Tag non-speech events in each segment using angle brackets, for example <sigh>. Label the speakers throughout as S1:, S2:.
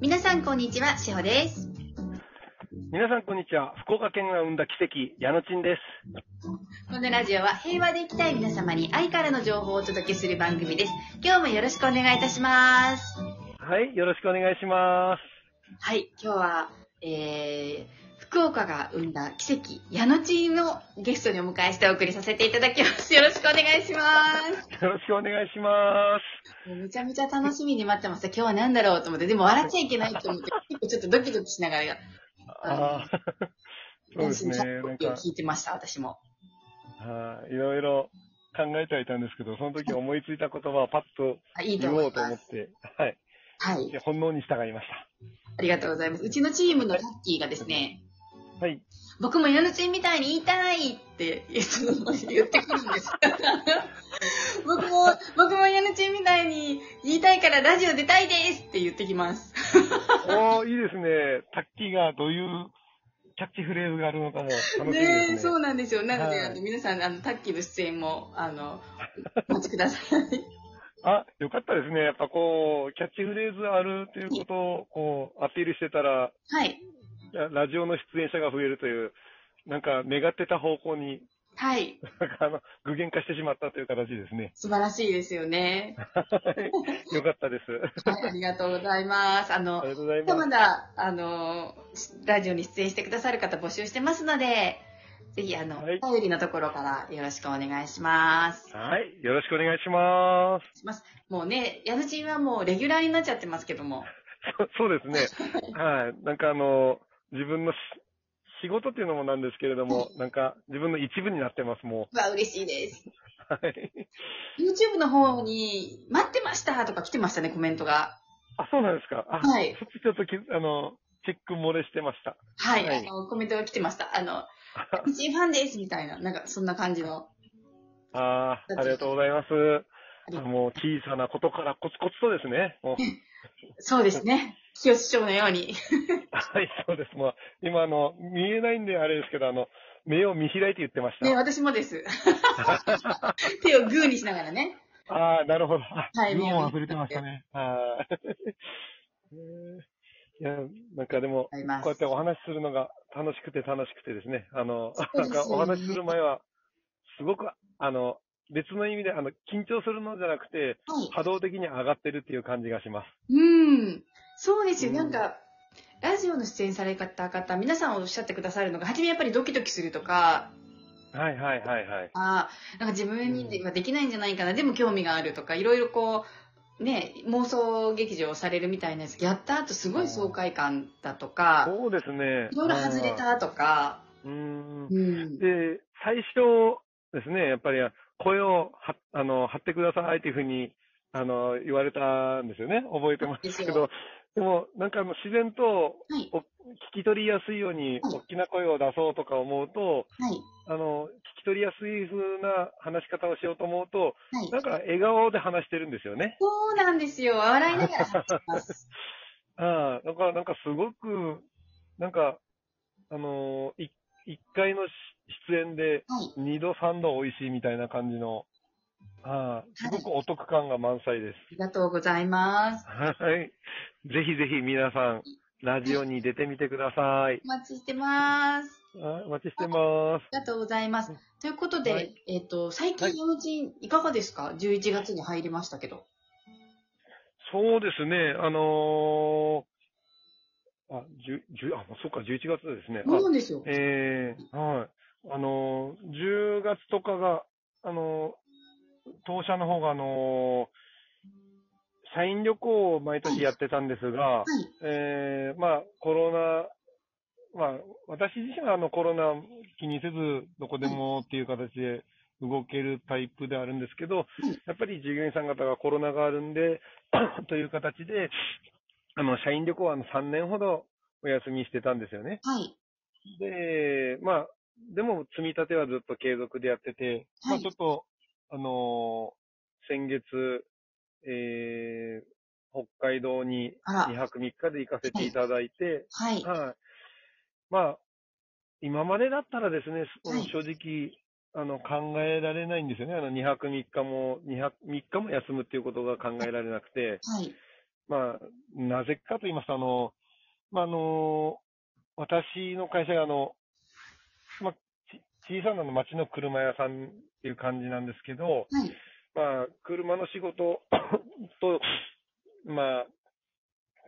S1: 皆さんこんにちは、しほです。
S2: 皆さんこんにちは。福岡県が生んだ奇跡、矢野ちんです。
S1: このラジオは平和で生きたい皆様に愛からの情報をお届けする番組です。今日もよろしくお願いいたします。
S2: はい、よろしくお願いします。
S1: はい、今日は、えー、福岡が生んだ奇跡、矢野チームをゲストにお迎えしてお送りさせていただきます。よろしくお願いします。
S2: よろしくお願いしま
S1: もうめちゃめちゃ楽しみに待ってました。今日は何だろうと思って、でも笑っちゃいけないと思って、結構ちょっとドキドキしながら、
S2: す。ああ、 <laughs> そうですね。なんか、
S1: 聞いてました、私も。
S2: はいいろいろ考えてはいたんですけど、その時思いついた言葉をパッと
S1: あいいと
S2: 言
S1: 思
S2: お
S1: いう
S2: と思
S1: ま
S2: っ
S1: す。
S2: て、はい。
S1: はい。
S2: 本能に従いまし
S1: ありがとうございます。うちのチームのラッキーがですね、
S2: た。 <laughs> はい。
S1: 僕も矢野ちんみたいに言いたいって <laughs> いつも言ってくるんです。僕も、僕も矢野ちんみたいに言いたいからラジオ出たいですって言ってきます。
S2: おー、いいですね。タッキーがどういうキャッチフレーズがあるのかも楽しみですね。
S1: ねえ、そうなんですよ。なので、
S2: はい
S1: あの皆さん、あの、タッキーの出演も、あの、お待ちください。
S2: あ、よかったですね。やっぱこう、キャッチフレーズあるということを、こう、アピールしてたら、
S1: はい。
S2: ララジオの出演者が増えるという、なんか、願ってた方向に、 <laughs>
S1: はい。
S2: なんかあの、具現化してしまったという形ですね。
S1: 素晴らしいですよね。
S2: はいよかったです。
S1: はい、ありがとうございます。あ
S2: あ
S1: の
S2: り、がとうござい
S1: まだ
S2: ま
S1: まだ、あの、ラジオに出演してくださる方募集してますので、ぜひ、あの、
S2: はい
S1: お便りのところからよろしくお願いします
S2: す。。はい。よろしくお願いします。
S1: しますもうね、矢野ちんはもうレギュラーになっちゃってますけど
S2: <laughs>
S1: も。
S2: そそうです <laughs> ね。はい。なんかあの、自分のし仕事っていうのもなんですけれども、なんか、自分の一部になってます、も
S1: うわ、嬉しいです。
S2: う。はい。
S1: YouTube の方に、待ってましたとか来てましたね、コメントが。
S2: あ、そうなんですか。あ、
S1: はい
S2: そっちちょっとき、あの、チェック漏れしてました。
S1: はい、
S2: はい
S1: あの、コメントが来てました。あ
S2: <laughs>
S1: の、矢野ちんファンですみたいな、なんかそんな感じの。
S2: ああ、ありがとうございます。
S1: がとう
S2: もう小さなことからコツコツとですね、もう、
S1: そうですね。清志師匠のよう
S2: <laughs>
S1: に。
S2: はい、そうです。もう、今、あの、見えないんであれですけど、あの、目を見開いて言ってまし
S1: ね、
S2: た。
S1: 私も
S2: <laughs>
S1: です。手をグーにしながらね。
S2: ああ、なるほど。は
S1: はい
S2: も
S1: 目を
S2: う溢れてましたね。はい。 <laughs> いや、なんかでも、
S1: ありま
S2: こうやっ
S1: す。
S2: てお話しするのが楽しくて楽しくてですね、あの、
S1: そうです
S2: なん
S1: よね
S2: かお話しする前は、すごく、あの、別の意味で、あの、緊張するのじゃなくて、
S1: はい。
S2: 波動的に上がってるっていう感じがします。
S1: うん。そうですよ。
S2: うん
S1: なんか、ラジオの出演された方、皆さんおっしゃってくださるのが、初めやっぱりドキドキするとか、
S2: はいはいはいはい。
S1: ああ、なんか自分にはできないんじゃないかな、でも興味があるとか、いろいろこう、ね、妄想劇場をされるみたいなやつ、やった後すごい爽快感だとか、
S2: そうですね。
S1: いろいろ外れたとか、
S2: うん。うん。
S1: うん。
S2: で、最初ですね、やっぱり声をはあの張ってくださいっていうふうにあの言われたんですよね、覚えてますけ
S1: ですよ
S2: ど、でもなんかあの自然と
S1: はい。
S2: 聞き取りやすいように
S1: はい
S2: 大きな声を出そうとか思うと、
S1: はい。
S2: あの聞き取りやすい風な話し方をしようと思うと、
S1: はい
S2: なん。か笑顔で話してるんですよね。
S1: そうなんですよ。笑いながら話し
S2: <laughs>
S1: ます。
S2: ああ、だからなんかすごく、なんか、あの、い一回のし出演で、
S1: はい。
S2: 二度三度美味しいみたいな感じの、ああ、すごくお得感が満載です。
S1: ありがとうございます。
S2: はい。ぜひぜひ皆さん、ラジオに出てみてください。
S1: お待ちしてます。
S2: あお待ちしてます。
S1: ありがとうございます。ということで、
S2: はい
S1: えっ、と、最
S2: は
S1: 近、
S2: い
S1: 友人、いかがですか ?11 月に入りましたけど。
S2: そうですね、あのー、あ、じゅ、じゅ、あ、そっか、11月ですね。
S1: そう
S2: あ
S1: なんですよ。
S2: ええはい。あのー、10月とかが、あのー、当社の方が、あのー、社員旅行を毎年やってたんですが、
S1: はい。
S2: えーまあ、コロナ、まあ、私自身はあのコロナ気にせず、どこでもっていう形で動けるタイプであるんですけど、やっぱり従業員さん方がコロナがあるんで、 <coughs> という形で、あの、社員旅行はあの3年ほどお休みしてたんですよね。
S1: はい。
S2: で、まあ、でも積み立てはずっと継続でやってて、ま
S1: は
S2: あ
S1: い
S2: ちょっと、あのー先月、えー北海道に
S1: あら
S2: 2。泊3日で行かせていただいて、
S1: はい。
S2: はい。まあ、今までだったらですね、そ
S1: はい
S2: 正直、あの、考えられないんですよね。あの、2泊3日も、2泊3日も休むっていうことが考えられなくて、
S1: はい。
S2: まあ、なぜかと言いますと、あの、まあ、あの、私の会社が、あの、まあ、ち小さな町の車屋さんっていう感じなんですけど、
S1: はい
S2: まあ、車の仕事 <coughs> と、まあ、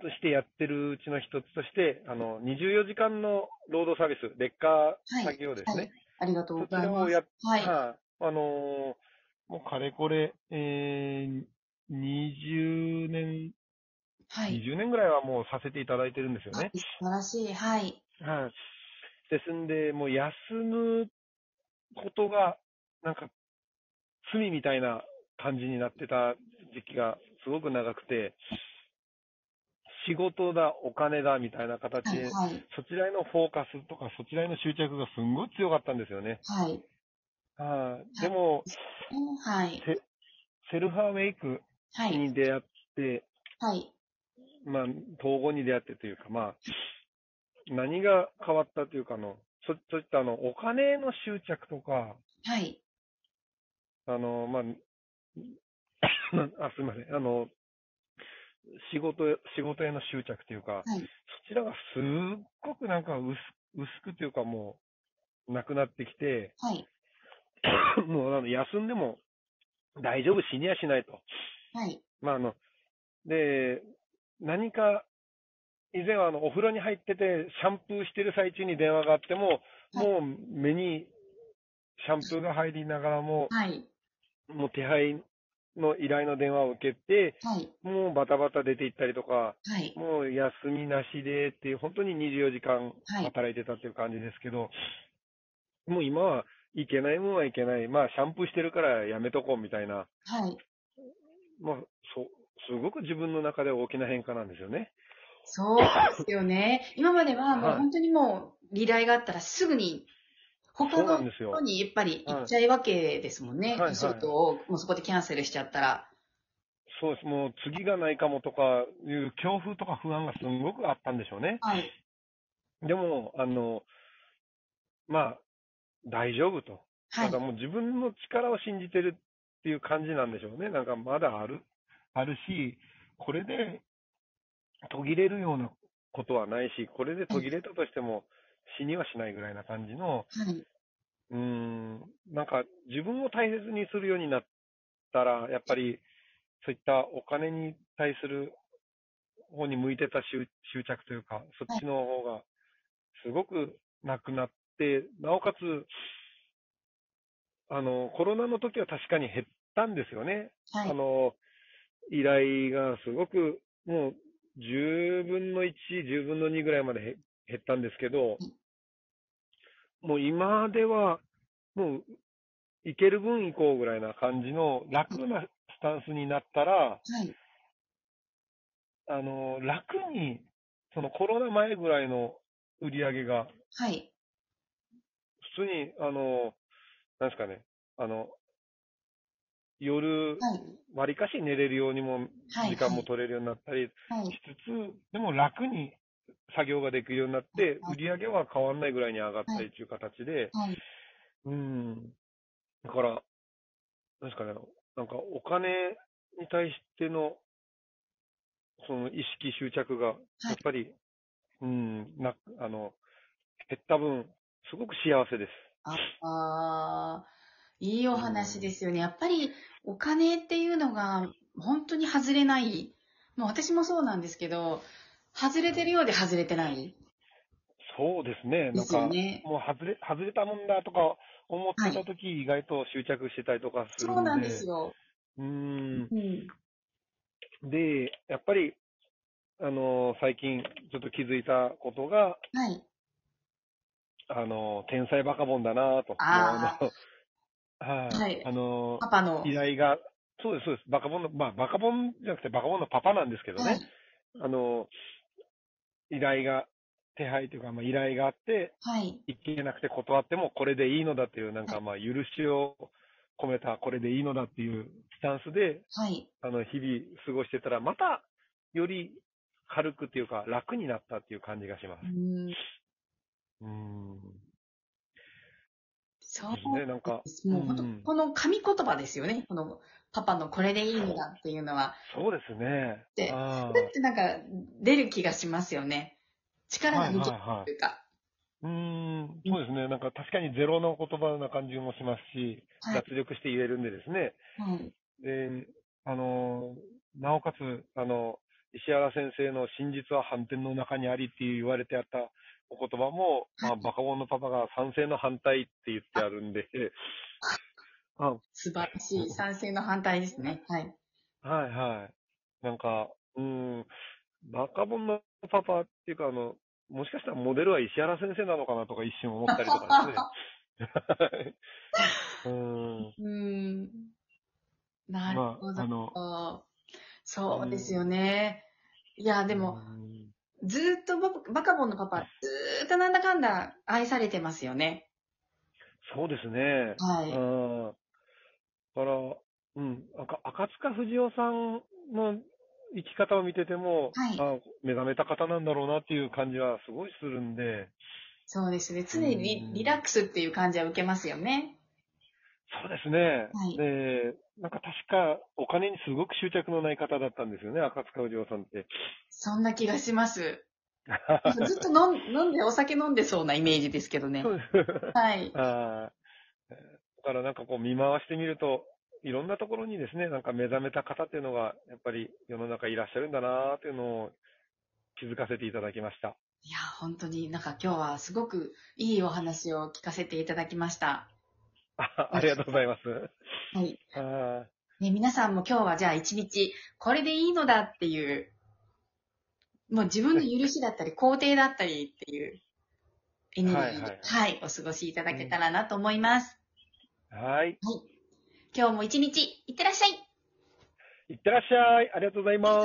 S2: としてやってるうちの一つとして、あの、24時間の労働サービス、劣化作業ですね。
S1: ありがとうご
S2: そち
S1: ざい
S2: ら
S1: ま
S2: を
S1: す。
S2: やっ
S1: はい。
S2: はい。あのーもうかれこれ、えー、20年、
S1: はい。
S2: 20年ぐらいはもうさせていただいてるんですよ
S1: あ
S2: ね。
S1: 素晴らしい。はい。
S2: はい。ですんで、もう休むことが、なんか、罪みたいな感じになってた時期がすごく長くて、仕事だ、お金だ、みたいな形
S1: はい。
S2: で、
S1: はい。
S2: そちらへのフォーカスとか、そちらへの執着がすんごい強かったんですよね。
S1: はい。
S2: はい。でも、
S1: はい。
S2: セルフアウェイク
S1: はい。
S2: に出会って、
S1: はい。
S2: まあ、統合に出会ってというか、まあ、何が変わったというかあの、そ、そういったあの、お金への執着とか、
S1: はい。
S2: あの、まあ、あ、すみません、あの、仕事へ、仕事への執着というか、
S1: はい
S2: そちらがすっごくなんか薄、薄くというかもう、なくなってきて、
S1: はい。
S2: もうあの、休んでも大丈夫、死にやしないと。
S1: はい。
S2: まあ、あの、で、何か、以前はあの、お風呂に入ってて、シャンプーしてる最中に電話があっても、もう目にシャンプーが入りながらも、
S1: はい。
S2: もう手配の依頼の電話を受けて、
S1: はい。
S2: もうバタバタ出て行ったりとか、
S1: はい。
S2: もう休みなしでっていう、本当に24時間
S1: はい
S2: 働いてたっていう感じですけど、もう今はいけないもんはいけない。まあ、シャンプーしてるからやめとこうみたいな。
S1: はい。
S2: まあ、そう、すごく自分の中で大きな変化なんですよね。
S1: そうですよね。今まではもう
S2: はい
S1: 本当にもう、議題があったらすぐに、
S2: そ
S1: 他
S2: うなん
S1: の
S2: ですよ
S1: 人。にやっぱり行っちゃいわけですもんね。
S2: はいはい
S1: お仕事をもうそこでキャンセルしちゃったら。
S2: そうです。もう次がないかもとかいう恐怖とか不安がすごくあったんでしょうね。
S1: はい。
S2: でも、あの、まあ、大丈夫と。
S1: は
S2: なん
S1: い
S2: か。もう自分の力を信じてるっていう感じなんでしょうね。なんかまだある、あるし、これで途切れるようなことはないし、これで途切れたとしても死にはしないぐらいな感じの、
S1: はい。
S2: うーん、なんか自分を大切にするようになったら、やっぱりそういったお金に対する方に向いてた執執着というか、そっちの方がすごくなくなって、なおかつ、あの、コロナの時は確かに減ったんですよね。
S1: はい
S2: あ。の、依頼がすごく、もう、10分の1、10分の2ぐらいまでへ減ったんですけど、もう今では、もう、行ける分行こうぐらいな感じの楽なスタンスになったら、
S1: はい。
S2: あの、楽に、そのコロナ前ぐらいの売り上げが、
S1: はい。
S2: 普通に、あの、なんですかね、あの、夜、
S1: はい。
S2: わりかし寝れるようにも、
S1: はい
S2: 時間も取れるようになったり、
S1: はい。
S2: しつつ、でも楽に作業ができるようになって、売り上げは変わらないぐらいに上がったりという形で、
S1: はい。
S2: うん。だから、なんですかね、なんかお金に対しての、その意識執着が、やっぱり、うん、な、あの、減った分、すごく幸せです。
S1: ああー、いいお話ですよね。やっぱりお金っていうのが本当に外れない。もう私もそうなんですけど、外れてるようで外れてない
S2: そうです
S1: で
S2: ね、なん
S1: すよ
S2: か、
S1: ね。
S2: もう外れ、外れたもんだとか思ってた時、意外と執着してたりとかするんで。
S1: そうなんですよ。
S2: うん。
S1: うん。
S2: で、やっぱり、あの最近ちょっと気づいたことが、
S1: はい。
S2: あの天才バカボンだなぁと。
S1: あ
S2: もうあの <laughs>
S1: は
S2: はいい。あの
S1: パパの。
S2: 依頼が、そうです、そうです。バカボンの、まあ、バカボンじゃなくてバカボンのパパなんですけどね。
S1: はい。
S2: あの依頼が、手配というか、まあ、依頼があって、
S1: はい。
S2: いけなくて断ってもこれでいいのだっていう、なんかまあ、許しを込めたこれでいいのだっていうスタンスで、
S1: はい。
S2: あの、日々過ごしてたら、また、より軽くっていうか、楽になったっていう感じがします
S1: う。ん
S2: うーん。
S1: そう
S2: ですね、なんか。
S1: もう本当、
S2: うん
S1: この神言葉ですよね。この、パパのこれでいいんだっていうのは。
S2: そうですね。
S1: で
S2: あ
S1: ふってなんか、出る気がしますよね。
S2: あ。
S1: 力
S2: は
S1: が
S2: いはい
S1: 抜ける
S2: は
S1: と
S2: い。
S1: いうか。
S2: うーん、そうですね。なんか確かにゼロの言葉な感じもしますし、
S1: はい。
S2: 脱力して言えるんでですね。
S1: はい。
S2: で、あの、なおかつ、あの、石原先生の真実は反転の中にありって言われてあったお言葉も、
S1: <laughs>
S2: まあ、バカボンのパパが賛成の反対って言ってあるんで、 <laughs> あ
S1: 素晴らしい。賛成の反対ですね。はい。
S2: はいはい。なんか、うーん、バカボンのパパっていうか、あの、もしかしたらモデルは石原先生なのかなとか一瞬思ったりとか
S1: <laughs>
S2: ですね。うーん。
S1: うーん。なる
S2: ま
S1: ほ
S2: あ、あ
S1: ど。
S2: の、
S1: そうですよね。いや、でも、
S2: うーん、
S1: ずーっとババカボンのパパ、ずーっとなんだかんだ愛されてますよね。
S2: そうですね。
S1: はい。
S2: うん。だから、うん、なんか赤塚不二夫さんの生き方を見てても、
S1: はい
S2: あ目覚めた方なんだろうなっていう感じはすごいするんで、
S1: そうですね。常に
S2: う
S1: リ
S2: ん
S1: リラックスっていう感じは受けますよね。
S2: そうですね。
S1: はい
S2: で、なんか確かお金にすごく執着のない方だったんですよね、赤塚不二夫さんって。 <laughs>
S1: そんな気がします。ずっと飲ん飲んで、お酒飲んでそうなイメージですけどね
S2: そ。うです。
S1: はい。
S2: あーだからなんかこう見回してみると、いろんなところにですね、なんか目覚めた方っていうのが、やっぱり世の中いらっしゃるんだなーっていうのを気づかせていただきました。
S1: いや、本当になんか今日はすごくいいお話を聞かせていただきました。
S2: あありがとうございます。
S1: はい。
S2: あ
S1: ね、皆さんも今日はじゃあ一日、これでいいのだっていう、もう自分の許しだったり、肯定だったりっていうエネルギーで、
S2: は
S1: はいいお過ごしいただけたらなと思います。
S2: ーはい。
S1: 今日も一日、いってらっしゃい
S2: いってらっしゃい。ありがとうございます。